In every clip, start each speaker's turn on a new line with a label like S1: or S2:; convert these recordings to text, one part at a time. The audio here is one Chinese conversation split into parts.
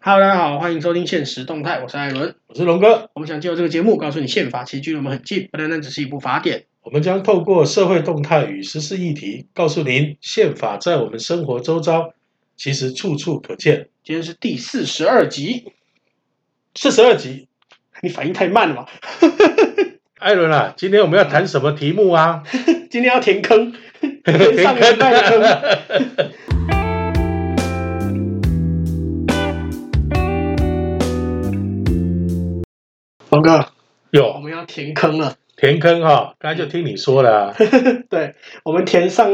S1: Hello，大家好，欢迎收听《现实动态》，我是艾伦。
S2: 我是龙哥。
S1: 我们想借由这个节目，告诉你宪法其实距离我们很近，不单单只是一部法典。
S2: 我们将透过社会动态与时事议题，告诉您宪法在我们生活周遭其实处处可见。
S1: 今天是第四十二集，
S2: 四十二集，
S1: 你反应太慢了吧？
S2: 艾伦啊，今天我们要谈什么题目啊？
S1: 今天要填坑，填上个礼拜的坑。龙哥，我
S2: 有
S1: 们要填坑了。
S2: 填坑哈、刚才就听你说了、啊。
S1: 对，我们填上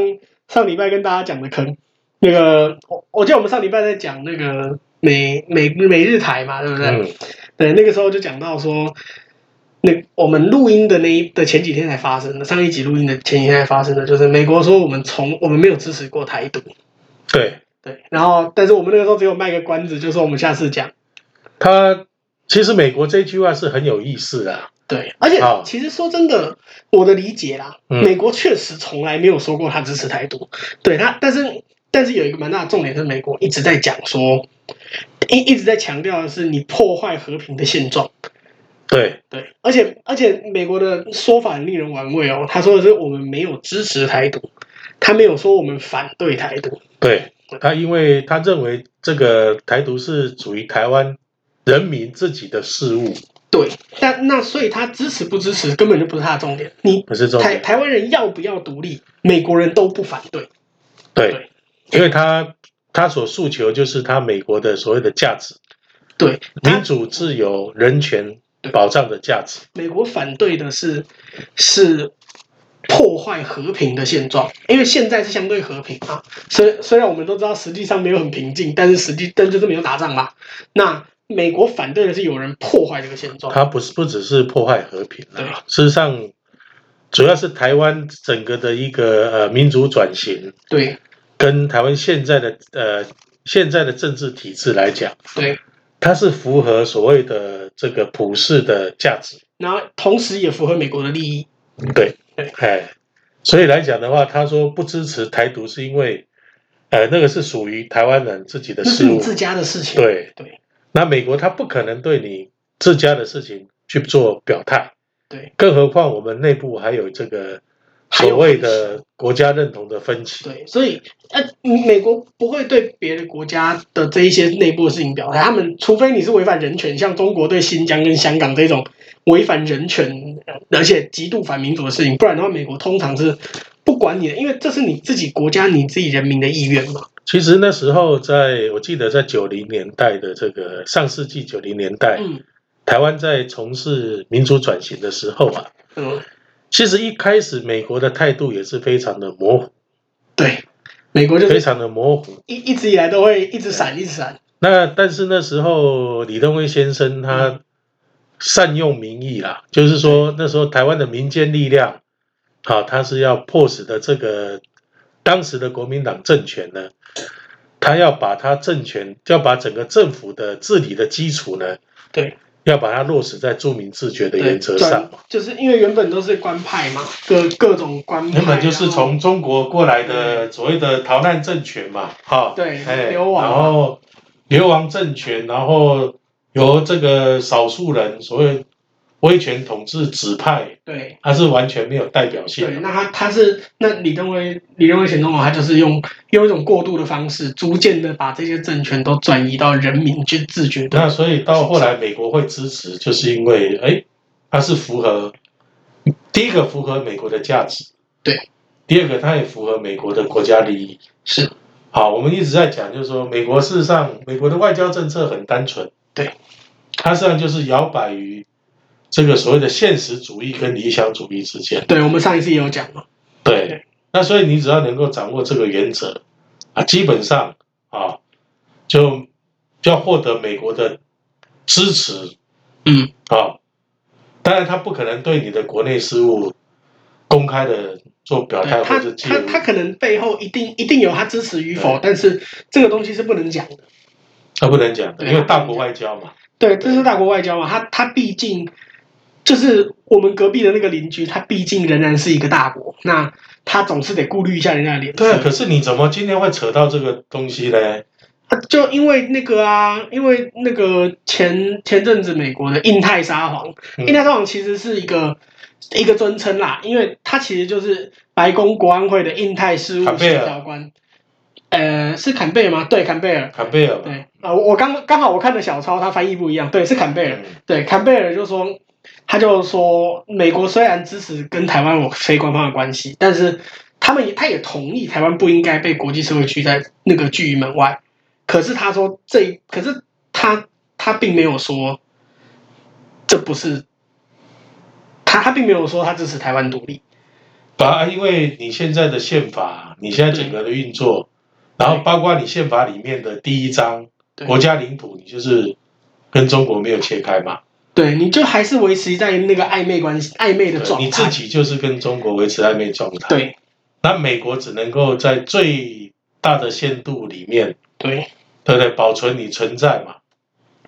S1: 上礼拜跟大家讲的坑，那个我我记得我们上礼拜在讲那个美美美日台嘛，对不对？
S2: 嗯，
S1: 对，那个时候就讲到说，那我们录音的那一的前几天才发生的，上一集录音的前几天才发生的，就是美国说我们从我们没有支持过台独，
S2: 对
S1: 对，然后但是我们那个时候只有卖个关子，就说我们下次讲，
S2: 他其实美国这句话是很有意思的、啊。
S1: 对，而且
S2: 好
S1: 其实说真的，我的理解啦，
S2: 嗯
S1: 美国确实从来没有说过他支持台独，对他，但是但是有一个蛮大的重点是，美国一直在讲说，一一直在强调的是你破坏和平的现状，
S2: 对
S1: 对，而且而且美国的说法很令人玩味哦，他说的是我们没有支持台独，他没有说我们反对台独，
S2: 对，他因为他认为这个台独是属于台湾人民自己的事务，
S1: 对，但那所以他支持不支持根本就不是他的重点，你
S2: 不是重
S1: 台
S2: 点。
S1: 台湾人要不要独立，美国人都不反对，
S2: 对
S1: 对，
S2: 因为他他所诉求就是他美国的所谓的价值，
S1: 对，他
S2: 民主、自由、人权
S1: 对
S2: 保障的价值。
S1: 美国反对的是是破坏和平的现状，因为现在是相对和平啊。虽虽然我们都知道实际上没有很平静，但是实际但就是没有打仗嘛。那美国反对的是有人破坏这个现状，
S2: 它不是不只是破坏和平
S1: 对
S2: 啊，事实上主要是台湾整个的一个呃民主转型，
S1: 对
S2: 跟台湾现在的呃现在的政治体制来讲，
S1: 对。
S2: 它是符合所谓的这个普世的价值。
S1: 然后同时也符合美国的利益，
S2: 对
S1: 嗯对，
S2: 哎，所以来讲的话，他说不支持台独是因为，呃，那个是属于台湾人自己的
S1: 那
S2: 事
S1: 是你嗯
S2: 务，
S1: 自家的事情。
S2: 对
S1: 对。
S2: 那美国他不可能对你自家的事情去做表态，
S1: 对
S2: 更何况我们内部还有这个
S1: 还有
S2: 所谓
S1: 分
S2: 的国家认同的分歧，
S1: 对，所以呃，美国不会对别的国家的这一些内部的事情表态，他们除非你是违反人权，像中国对新疆跟香港这种违反人权，呃而且极度反民主的事情，不然的话，美国通常是不管你的，因为这是你自己国家、你自己人民的意愿嘛。
S2: 其实那时候在，我记得在九零年代的这个上世纪九零年代，
S1: 嗯
S2: 台湾在从事民主转型的时候啊，
S1: 嗯，
S2: 其实一开始美国的态度也是非常的模糊，
S1: 对，美国就
S2: 非
S1: 是
S2: 常的模糊。
S1: 一一直以来都会一直闪，一直闪。
S2: 那但是那时候李登辉先生他善用民意啦，就是说那时候台湾的民间力量，啊，他是要迫使的这个当时的国民党政权呢，他要把他政权要把整个政府的治理的基础呢，
S1: 对，
S2: 要把它落实在著民自觉
S1: 对
S2: 的原则上嘛。
S1: 就是因为原本都是官派嘛，各各种官派，
S2: 原本就是
S1: 然后
S2: 从中国过来的所谓的逃难政权嘛，哈，
S1: 对
S2: 哎
S1: 流亡啊
S2: 然后流亡政权，然后由这个少数人所谓威权统治指派，
S1: 对。
S2: 它是完全没有代表
S1: 对，
S2: 性的。
S1: 那他他是那李登辉，李登辉前总统，他就是用用一种过渡的方式，逐渐的把这些政权都转移到人民去自觉
S2: 那
S1: 的。
S2: 所以到后来美国会支持，就是因为哎，它是符合第一个符合美国的价值，
S1: 对，
S2: 第二个它也符合美国的国家利益。
S1: 是
S2: 好，我们一直在讲，就是说，美国事实上，美国的外交政策很单纯，
S1: 对，
S2: 它实际上就是摇摆于这个所谓的现实主义跟理想主义之间。
S1: 对，我们上一次也有讲嘛，对
S2: 对，那所以你只要能够掌握这个原则啊，基本上啊，就就要获得美国的支持
S1: 嗯，
S2: 啊。当然，他不可能对你的国内事务公开的做表态
S1: 对
S2: 或
S1: 他
S2: 者介
S1: 他
S2: 入。
S1: 他可能背后一定一定有他支持与否，
S2: 对
S1: 但是这个东西是不能讲的。
S2: 他不能讲的，
S1: 对
S2: 因为大国外交嘛。
S1: 对，这是大国外交嘛，他他毕竟就是我们隔壁的那个邻居，他毕竟仍然是一个大国，那他总是得顾虑一下人家的脸
S2: 对啊，
S1: 色。
S2: 可是你怎么今天会扯到这个东西呢？
S1: 就因为那个啊，因为那个前前阵子美国的印太沙皇，
S2: 嗯
S1: 印太沙皇其实是一个一个尊称啦，因为它其实就是白宫国安会的印太事务
S2: 坎贝
S1: 协
S2: 尔
S1: 调官。呃，是坎贝尔吗？对，坎贝尔。
S2: 坎贝尔嘛，
S1: 对啊、我我刚刚好我看的小抄，它翻译不一样。对，是坎贝尔。
S2: 嗯
S1: 对，坎贝尔就说，他就说，美国虽然支持跟台湾有非官方的关系，但是他们也他也同意台湾不应该被国际社会拒在那个拒于门外。可是他说这，可是他他并没有说这不是他他并没有说他支持台湾独立。
S2: 把因为你现在的宪法，你现在整个的运作，然后包括你宪法里面的第一章
S1: 对
S2: 国家领土，你就是跟中国没有切开嘛，
S1: 对，你就还是维持在那个暧昧关系、暧昧的
S2: 对
S1: 状态。
S2: 你自己就是跟中国维持暧昧状态。，
S1: 对
S2: 那美国只能够在最大的限度里面，
S1: 对
S2: 对不对？保存你存在嘛。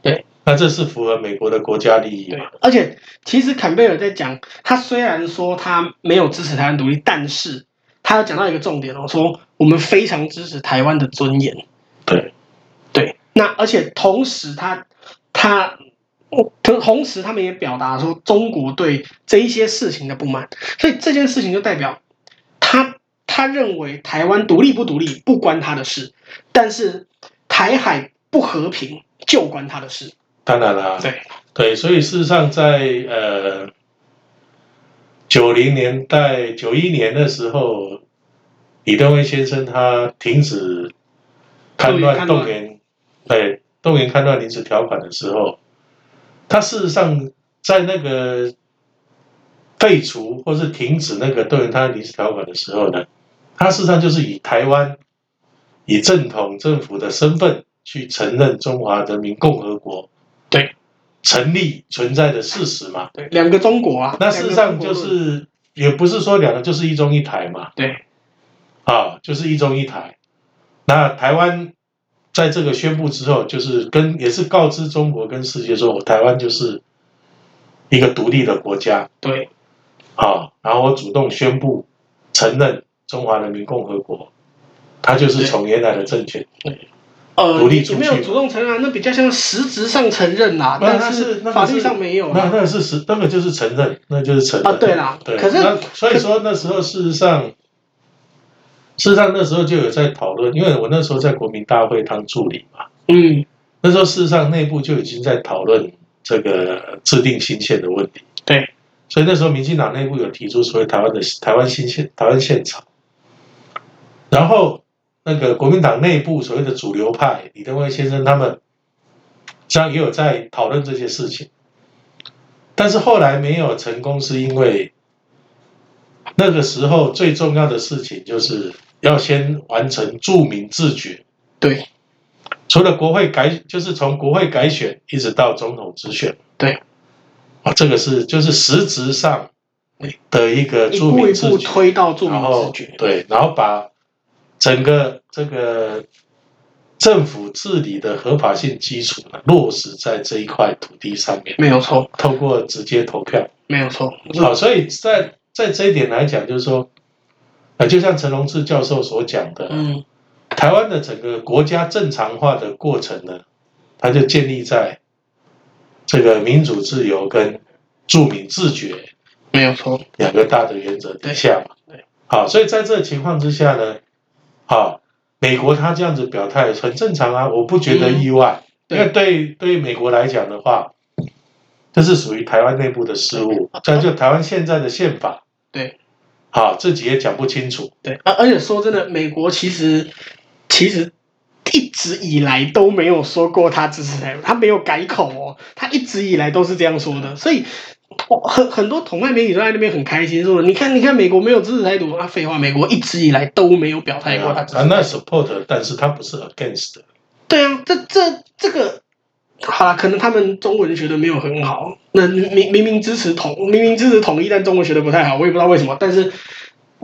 S1: 对，
S2: 那这是符合美国的国家利益
S1: 对
S2: 嘛？，
S1: 而且其实坎贝尔在讲，他虽然说他没有支持台湾独立，但是他有讲到一个重点哦，说我们非常支持台湾的尊严。
S2: 对，
S1: 对，那而且同时他他。同同时，他们也表达说中国对这一些事情的不满，所以这件事情就代表他他认为台湾独立不独立不关他的事，但是台海不和平就关他的事。
S2: 当然啦、
S1: 对，
S2: 对，所以事实上在呃九零年代、九一年的时候，李登辉先生他停止
S1: 动
S2: 戡
S1: 员戡
S2: 乱
S1: 乱
S2: 动员，对动员戡乱临时条款的时候，他事实上在那个废除或是停止那个动员戡乱临时条款的时候呢，他事实上就是以台湾以正统政府的身份去承认中华人民共和国。成立存在的事实嘛。
S1: 对，两个中国啊，
S2: 那事实
S1: 两
S2: 上
S1: 个
S2: 就
S1: 中国论
S2: 是也不是说两个就是一中一台嘛，
S1: 对
S2: 啊，就是一中一台。那台湾在这个宣布之后，就是跟也是告知中国跟世界说，我台湾就是一个独立的国家
S1: 对
S2: 啊，然后我主动宣布承认中华人民共和国，它就是从原来的政权。
S1: 呃
S2: 独立出
S1: 也
S2: 去
S1: 没有主动承认、啊，那比较像实质上承认啦、
S2: 那
S1: 但
S2: 那是那个是
S1: 法律上没有
S2: 那
S1: 啊。
S2: 那是实，那个就是承认，那就是承认
S1: 啊对啦
S2: 对，
S1: 可是
S2: 那所以说那时候事实上，事实上那时候就有在讨论，因为我那时候在国民大会当助理嘛，
S1: 嗯，
S2: 那时候事实上内部就已经在讨论这个制定新宪的问题，
S1: 对，
S2: 所以那时候民进党内部有提出所谓台湾的台湾新宪、台湾宪草，然后那个国民党内部所谓的主流派李登辉先生他们，实际上也有在讨论这些事情，但是后来没有成功，是因为那个时候最重要的事情就是要先完成著名自决。
S1: 对
S2: 除了国会改，就是从国会改选一直到总统直选，
S1: 对，
S2: 啊，这个是就是实质上的一个
S1: 一
S2: 著
S1: 步
S2: 名
S1: 一
S2: 自
S1: 步
S2: 举，
S1: 推到著名
S2: 然
S1: 自
S2: 后
S1: 觉。
S2: 对，然后把整个这个政府治理的合法性基础呢落实在这一块土地上面，
S1: 没有错，
S2: 透过直接投票。
S1: 没有错。
S2: 好，所以在在这一点来讲，就是说，呃，就像陈荣志教授所讲的，
S1: 嗯，
S2: 台湾的整个国家正常化的过程呢，它就建立在这个民主自由跟著民自觉
S1: 没有错。
S2: 两个大的原则底下嘛
S1: 对对。
S2: 好，所以在这个情况之下呢，好，美国他这样子表态很正常啊，我不觉得意外，
S1: 嗯对
S2: 因为对对于美国来讲的话，这是属于台湾内部的事务，
S1: 哦
S2: 这就台湾现在的宪法，
S1: 对，
S2: 好，自己也讲不清楚，
S1: 对，而而且说真的，美国其实其实一直以来都没有说过他支持台湾，他没有改口哦，他一直以来都是这样说的，所以。我很很多同派媒体都在那边很开心，说你看你看美国没有支持台独啊，废话，美国一直以来都没有表态过他支持
S2: 啊，
S1: 台独。
S2: 那 support，但是它不是 against 的。
S1: 对啊，这这这个，好啦，可能他们中文学的没有很好，那明明明支持统明明支持统一，但中文学的不太好，我也不知道为什么。但是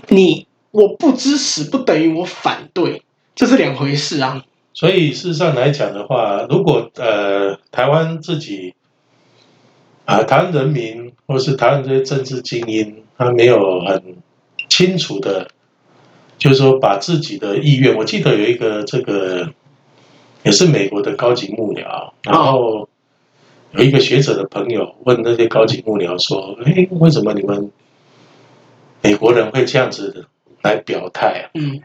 S1: 你我不支持，不等于我反对，这是两回事啊。
S2: 所以事实上来讲的话，如果呃台湾自己啊、台湾人民或是台湾这些政治精英，他没有很清楚的，就是说把自己的意愿，我记得有一个这个也是美国的高级幕僚，然后有一个学者的朋友问那些高级幕僚说：“哎，为什么你们美国人会这样子来表态啊？”
S1: 嗯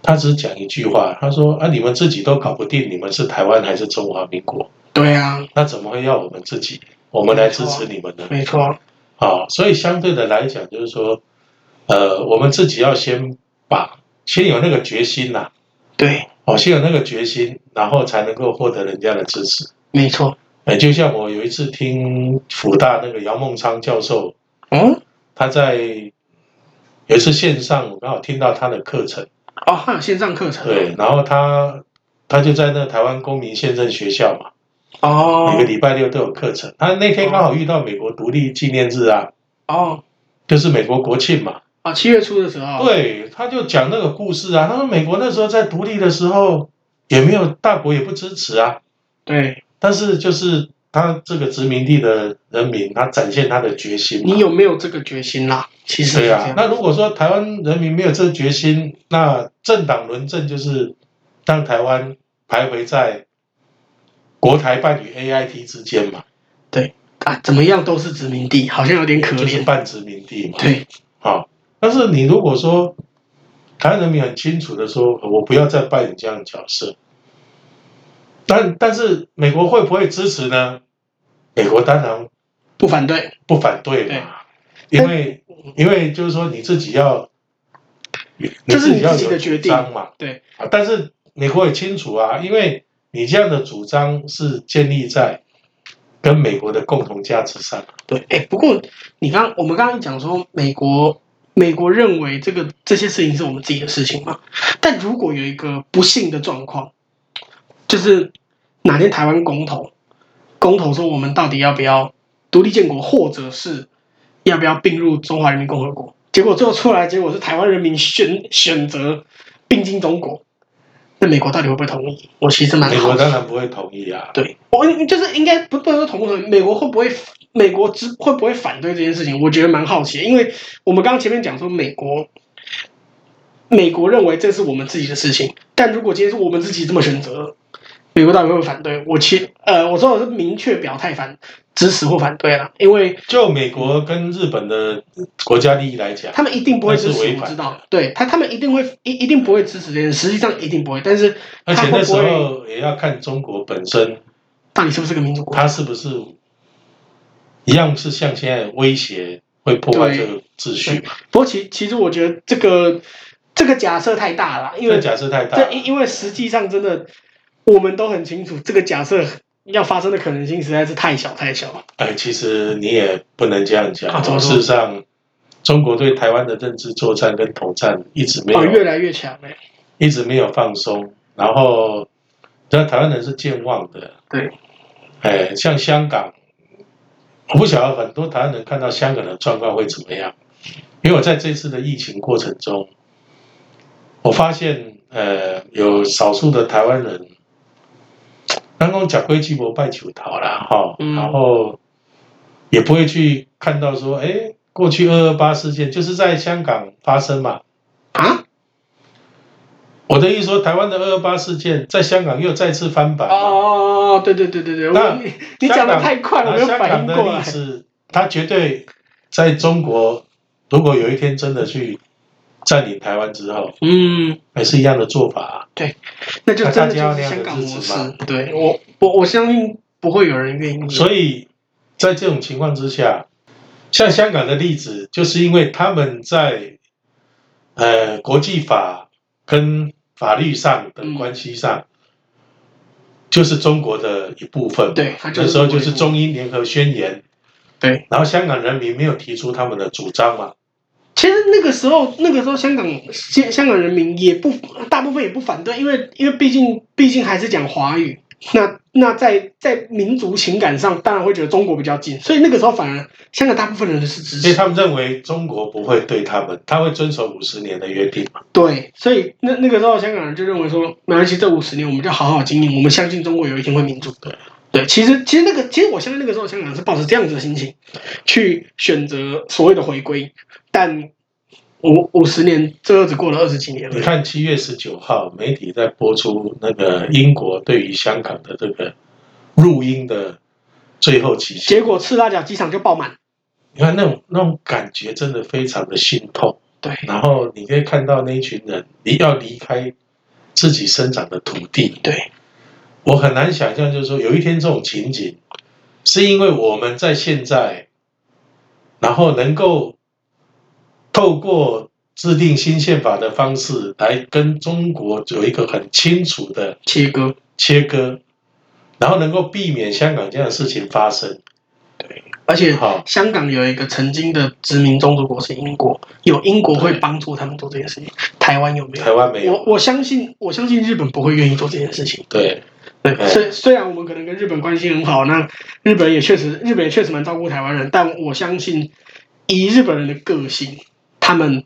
S2: 他只讲一句话，他说：“啊，你们自己都搞不定，你们是台湾还是中华民国？
S1: 对啊，
S2: 那怎么会要我们自己，我们来支持你们呢？”
S1: 没错，
S2: 啊，所以相对的来讲，就是说，呃，我们自己要先把先有那个决心呐、
S1: 对，
S2: 哦，先有那个决心，然后才能够获得人家的支持。
S1: 没错。
S2: 哎，就像我有一次听福大那个姚孟昌教授，
S1: 嗯，
S2: 他在有一次线上，我刚好听到他的课程，
S1: 哦，还有线上课程，
S2: 对，，然后他他就在那台湾公民宪政学校嘛，
S1: 哦
S2: 每个，礼拜六都有课程。他那天刚好遇到美国独立纪念日啊，
S1: 哦，
S2: 就是美国国庆嘛，
S1: 啊，七月初的时候，，
S2: 对，他就讲那个故事啊，他说美国那时候在独立的时候，也没有大国也不支持啊，
S1: 对
S2: 但是就是他这个殖民地的人民，他展现他的决心嘛。
S1: 你有没有这个决心啦？其实是
S2: 对
S1: 这
S2: 啊
S1: 样，，
S2: 那如果说台湾人民没有这个决心，那政党轮政就是让台湾徘徊在国台办与 AIT 之间嘛，
S1: 啊，怎么样都是殖民地，好像有点可
S2: 就是
S1: 怜。
S2: 半殖民地嘛。
S1: 对，
S2: 啊，但是你如果说台湾人民很清楚的说，呃我不要再扮演这样的角色，但但是美国会不会支持呢？美国当然
S1: 不反对，
S2: 不反对嘛，因为因为就是说你自己要，你
S1: 这是
S2: 自
S1: 你
S2: 己要
S1: 自己的
S2: 有
S1: 决
S2: 主
S1: 定
S2: 张嘛，
S1: 对
S2: 啊。但是美国也清楚啊，因为你这样的主张是建立在跟美国的共同价值上，
S1: 对。哎，不过你刚我们刚刚讲说，美国美国认为这个这些事情是我们自己的事情嘛？但如果有一个不幸的状况，就是哪天台湾公投，公投说我们到底要不要独立建国，或者是要不要并入中华人民共和国？结果最后出来，结果是台湾人民选选择并进中国，那美国到底会不会同意？我其实蛮
S2: 美
S1: 好
S2: 国
S1: 奇
S2: 当。然不会同意啊。
S1: 对，我就是应该不不能说同不同意，美国会不会美国之会不会反对这件事情？我觉得蛮好奇的，因为我们刚刚前面讲说美国，美国认为这是我们自己的事情，但如果今天是我们自己这么选择，美国到底会不会反对？我其呃，我说的是明确表态反支持或反对啦，因为
S2: 就美国跟日本的国家利益来讲，
S1: 他们一定不会支
S2: 那是
S1: 持，
S2: 违
S1: 我
S2: 反
S1: 知道，对他他们一定会一一定不会支持这件事，实际上一定不会，但是
S2: 而且那时
S1: 他会不
S2: 候也要看中国本身，
S1: 到底是不是个民主国家？
S2: 它是不是一样是像现在威胁会破坏这个秩序嘛？
S1: 不过其其实我觉得这个这个假设太大了，因
S2: 这
S1: 为
S2: 假设太 大
S1: 这因因为实际上真的我们都很清楚，这个假设要发生的可能性实在是太小太小了。
S2: 哎，其实你也不能这样讲。
S1: 啊怎么说
S2: 事实上，中国对台湾的认知作战跟统战一直没有、
S1: 哦，越来越强哎、
S2: 一直没有放松。然后，那台湾人是健忘的，
S1: 对，
S2: 哎，像香港，我不晓得很多台湾人看到香港的状况会怎么样，因为我在这次的疫情过程中，我发现呃有少数的台湾人，刚刚讲规矩不拜求逃啦，哈、
S1: 嗯
S2: 然后也不会去看到说，哎，过去二二八事件就是在香港发生嘛。
S1: 啊
S2: 我的意思说，台湾的二二八事件在香港又再次翻版嘛。
S1: 哦，对对对对对，
S2: 那
S1: 我你你讲的太快了，我没有
S2: 香
S1: 反应
S2: 港的
S1: 过来
S2: 历。史，它绝对在中国，如果有一天真的去占领台湾之后，
S1: 嗯，
S2: 还是一样的做法啊、
S1: 那就真的
S2: 那大家
S1: 就
S2: 要那
S1: 是
S2: 样的
S1: 香港
S2: 日
S1: 模
S2: 子
S1: 式
S2: 嘛。
S1: 对我我我相信不会有人愿意。
S2: 所以在这种情况之下，像香港的例子，就是因为他们在呃国际法跟法律上的关系上，就是中国的一部分嘛。
S1: 对它就是
S2: 那时候
S1: 中国的
S2: 就
S1: 一
S2: 是
S1: 部分
S2: 中英联合宣言，
S1: 对，
S2: 然后香港人民没有提出他们的主张嘛，
S1: 其实那个时候，那个时候香港香香港人民也不大部分也不反对，因为因为毕竟毕竟还是讲华语，那那在在民族情感上，当然会觉得中国比较近，所以那个时候反而香港大部分人是支
S2: 所以
S1: 持。
S2: 他们认为中国不会对他们，他会遵守五十年的约定嘛。
S1: 对，所以那那个时候香港人就认为说，没关系，这五十年我们就好好经营，我们相信中国有一天会民主。
S2: 对
S1: 对，其实其实那个其实我相信那个时候香港是抱着这样子的心情去选择所谓的回归，但五五十年，这日子过了二十几年
S2: 你
S1: 了。
S2: 看七月十九号，媒体在播出那个英国对于香港的这个录音的最后期限，
S1: 结果赤拉甲机场就爆满，
S2: 你看那种那种感觉真的非常的心痛。
S1: 对，
S2: 然后你可以看到那一群人，你要离开自己生长的土地，
S1: 对，
S2: 我很难想象，就是说有一天这种情景，是因为我们在现在，然后能够透过制定新宪法的方式来跟中国有一个很清楚的
S1: 切割，
S2: 切割，然后能够避免香港这样的事情发生。
S1: 而且
S2: 好
S1: 香港有一个曾经的殖民宗主国是英国，有英国会帮助他们做这件事情。台湾有没
S2: 台
S1: 有？
S2: 湾没
S1: 我
S2: 有，
S1: 我相信，我相信日本不会愿意做这件事情。
S2: 对
S1: 对，
S2: 嗯
S1: 虽虽然我们可能跟日本关系很好，那日本也确实，日本也确实蛮照顾台湾人，但我相信以日本人的个性，他们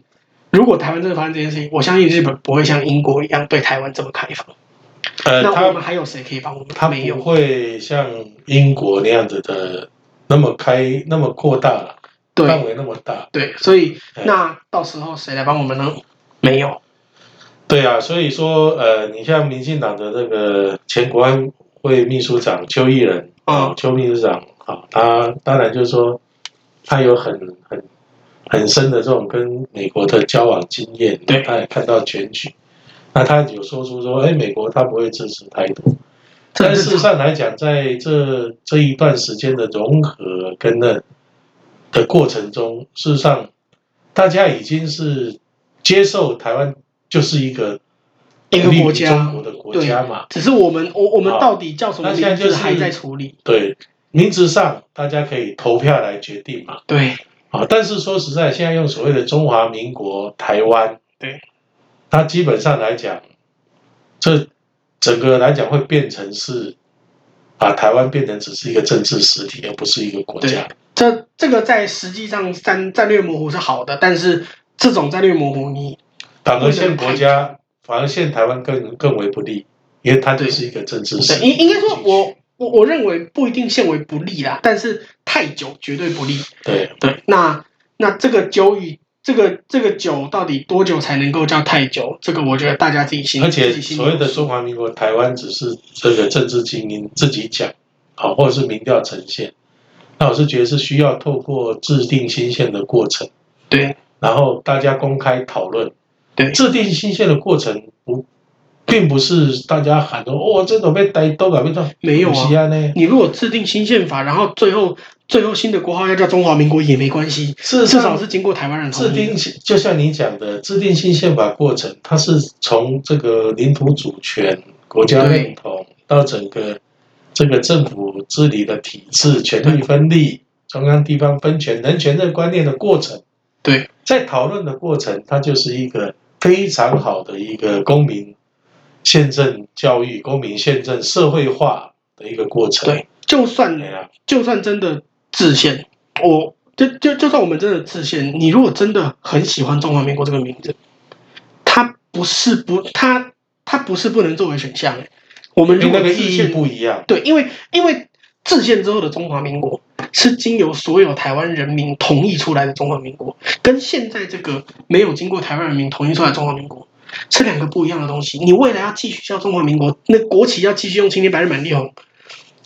S1: 如果台湾真的发生这件事情，我相信日本不会像英国一样对台湾这么开放。
S2: 呃，
S1: 那我
S2: 他
S1: 们还有谁可以帮我们？
S2: 他
S1: 没
S2: 不
S1: 有，
S2: 会像英国那样子的那么开那么扩大了，范
S1: 对
S2: 围那么大。
S1: 对，所以
S2: 嗯
S1: 那到时候谁来帮我们呢？没有，
S2: 对啊，所以说，呃，你像民进党的那个前国安会秘书长邱毅人啊、
S1: 嗯
S2: 邱秘书长啊、他当然就是说，他有很很很深的这种跟美国的交往经验，
S1: 对
S2: 他也看到选举，那他有说出说，哎，美国他不会支持台独，
S1: 这
S2: 但
S1: 很
S2: 事实
S1: 正常。
S2: 上来讲，在这这一段时间的融合跟那的过程中，事实上大家已经是接受台湾就是一个
S1: 一个
S2: 独立于
S1: 国家
S2: 中国的国家嘛。
S1: 只是我们，我我们
S2: 好
S1: 到底叫什么
S2: 啊那现
S1: 名
S2: 在就
S1: 字
S2: 是
S1: 还在处理。
S2: 对，名字上大家可以投票来决定嘛。
S1: 对
S2: 啊，但是说实在，现在用所谓的中华民国台湾，
S1: 对，
S2: 它基本上来讲，这整个来讲会变成是把台湾变成只是一个政治实体，而不是一个国
S1: 对
S2: 家。，
S1: 这这个在实际上战战略模糊是好的，但是这种战略模糊你
S2: 反而现国家，反而现台湾更更为不利，因为它就是一个政治实
S1: 对，
S2: 体。
S1: 应应该说我。我我认为不一定现为不利啦，但是太久绝对不利。
S2: 对
S1: 对，那那这个久与这个这个久到底多久才能够叫太久？这个我觉得大家自己心，
S2: 而且
S1: 自己心里
S2: 所谓的中华民国台湾只是这个政治精英自己讲，好，或者是民调呈现，那我是觉得是需要透过制定新宪的过程，
S1: 对
S2: 然后大家公开讨论。
S1: 对
S2: 制定新宪的过程不，并不是大家喊说哦，这种被逮都搞被抓，
S1: 没有啊
S2: 西安呢？
S1: 你如果制定新宪法，然后最后最后新的国号要叫中华民国也没关系，
S2: 至
S1: 至少是经过台湾人同
S2: 制
S1: 意的
S2: 定新，就像你讲的，制定新宪法过程，它是从这个领土主权、国家认同到整个这个政府治理的体制、权力
S1: 嗯
S2: 分立、中央地方分权、人权这个观念的过程，
S1: 对
S2: 在讨论的过程，它就是一个非常好的一个公民宪政教育、公民宪政社会化的一个过程。
S1: 对，就算
S2: 对啊，
S1: 就算真的制宪，我就就就算我们真的制宪，你如果真的很喜欢中华民国这个名字，它不是不它它不是不能作为选项。欸我们
S2: 因为
S1: 如果
S2: 那个
S1: 制
S2: 意义
S1: 宪
S2: 不一样。
S1: 对，因为因为制宪之后的中华民国是经由所有台湾人民同意出来的中华民国，跟现在这个没有经过台湾人民同意出来的中华民国是两个不一样的东西。你未来要继续叫中华民国，那国旗要继续用青天白日满地红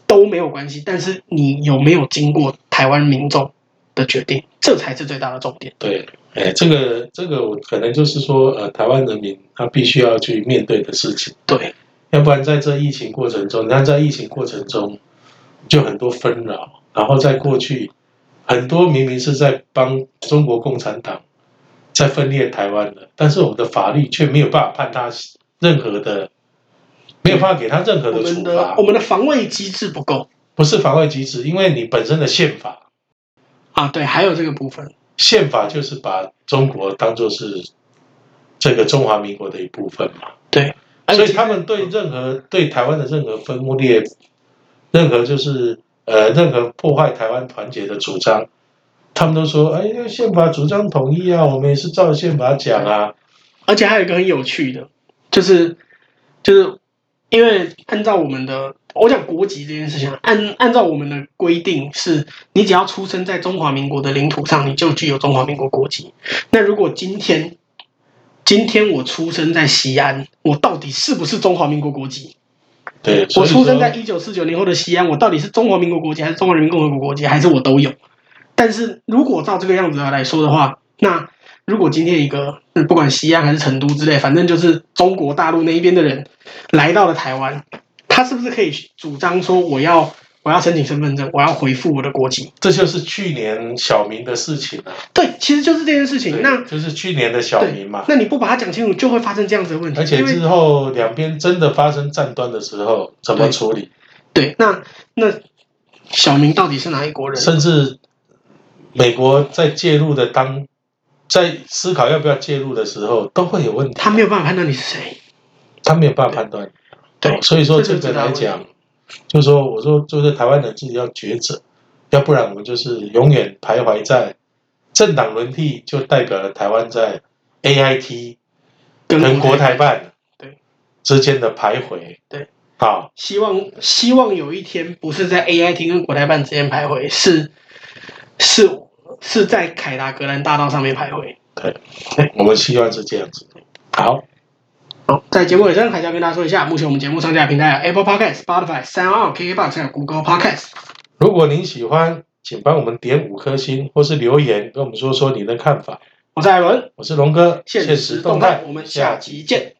S1: 都没有关系，但是你有没有经过台湾民众的决定，这才是最大的重点。
S2: 对，哎，这个这个，我可能就是说，呃，台湾人民他必须要去面对的事情，
S1: 对
S2: 要不然在这疫情过程中，你看在疫情过程中就很多纷扰，然后在过去很多明明是在帮中国共产党在分裂台湾的，但是我们的法律却没有办法判他任何的，没有办法给他任何
S1: 我
S2: 的
S1: 们
S2: 处
S1: 的
S2: 罚
S1: 我，们的防卫机制不够
S2: 不是防卫机制，因为你本身的宪法
S1: 啊，对，还有这个部分，
S2: 宪法就是把中国当做是这个中华民国的一部分嘛，
S1: 对，
S2: 所以他们对任何对台湾的任何分裂，任何就是呃任何破坏台湾团结的主张，他们都说哎，那宪法主张统一啊，我们也是照宪法讲啊，
S1: 而且还有一个很有趣的，就是就是因为按照我们的我讲国籍这件事情啊，按按照我们的规定是，你只要出生在中华民国的领土上，你就具有中华民国国籍。那如果今天，今天我出生在西安，我到底是不是中华民国国籍？
S2: 对，
S1: 我
S2: 所以说
S1: 出生在一九四九年后的西安，我到底是中华民国国籍，还是中华人民共和国国籍，还是我都有？但是如果照这个样子来说的话，那如果今天一个嗯不管西安还是成都之类，反正就是中国大陆那一边的人来到了台湾，他是不是可以主张说我要我要申请身份证，我要回复我的国籍？
S2: 这就是去年小明的事情啊。
S1: 对，其实就是这件事情。
S2: 对
S1: 那
S2: 就是去年的小明嘛，
S1: 那你不把它讲清楚，就会发生这样子的问题。
S2: 而且
S1: 因为
S2: 之后两边真的发生战端的时候，怎么
S1: 对
S2: 处理？
S1: 对，那那小明到底是哪一国人？
S2: 甚至美国在介入的当，在思考要不要介入的时候，都会有问题，
S1: 他没有办法判断你是谁。
S2: 他没有办法判断。哦
S1: 对，
S2: 所以说
S1: 这
S2: 这个
S1: 是最大的
S2: 来
S1: 问题
S2: 讲，就是说，我说就是台湾人自己要抉择，要不然我们就是永远徘徊在政党轮替，就代表了台湾在 AIT 跟国台办
S1: 对
S2: 之间的徘徊。
S1: 对，
S2: 好，
S1: 希望希望有一天不是在 AIT 跟国台办之间徘徊，是是是在凯达格兰大道上面徘徊。
S2: 我们希望是这样子。好，
S1: 好，在节目尾声还是要跟大家说一下，目前我们节目上架的平台有 Apple Podcast、Spotify、三二 KKBox 还有 Google Podcast。
S2: 如果您喜欢，请帮我们点五颗星，或是留言跟我们说说你的看法。
S1: 我是艾伦，
S2: 我是龙哥，
S1: 现实动态，我们下集见。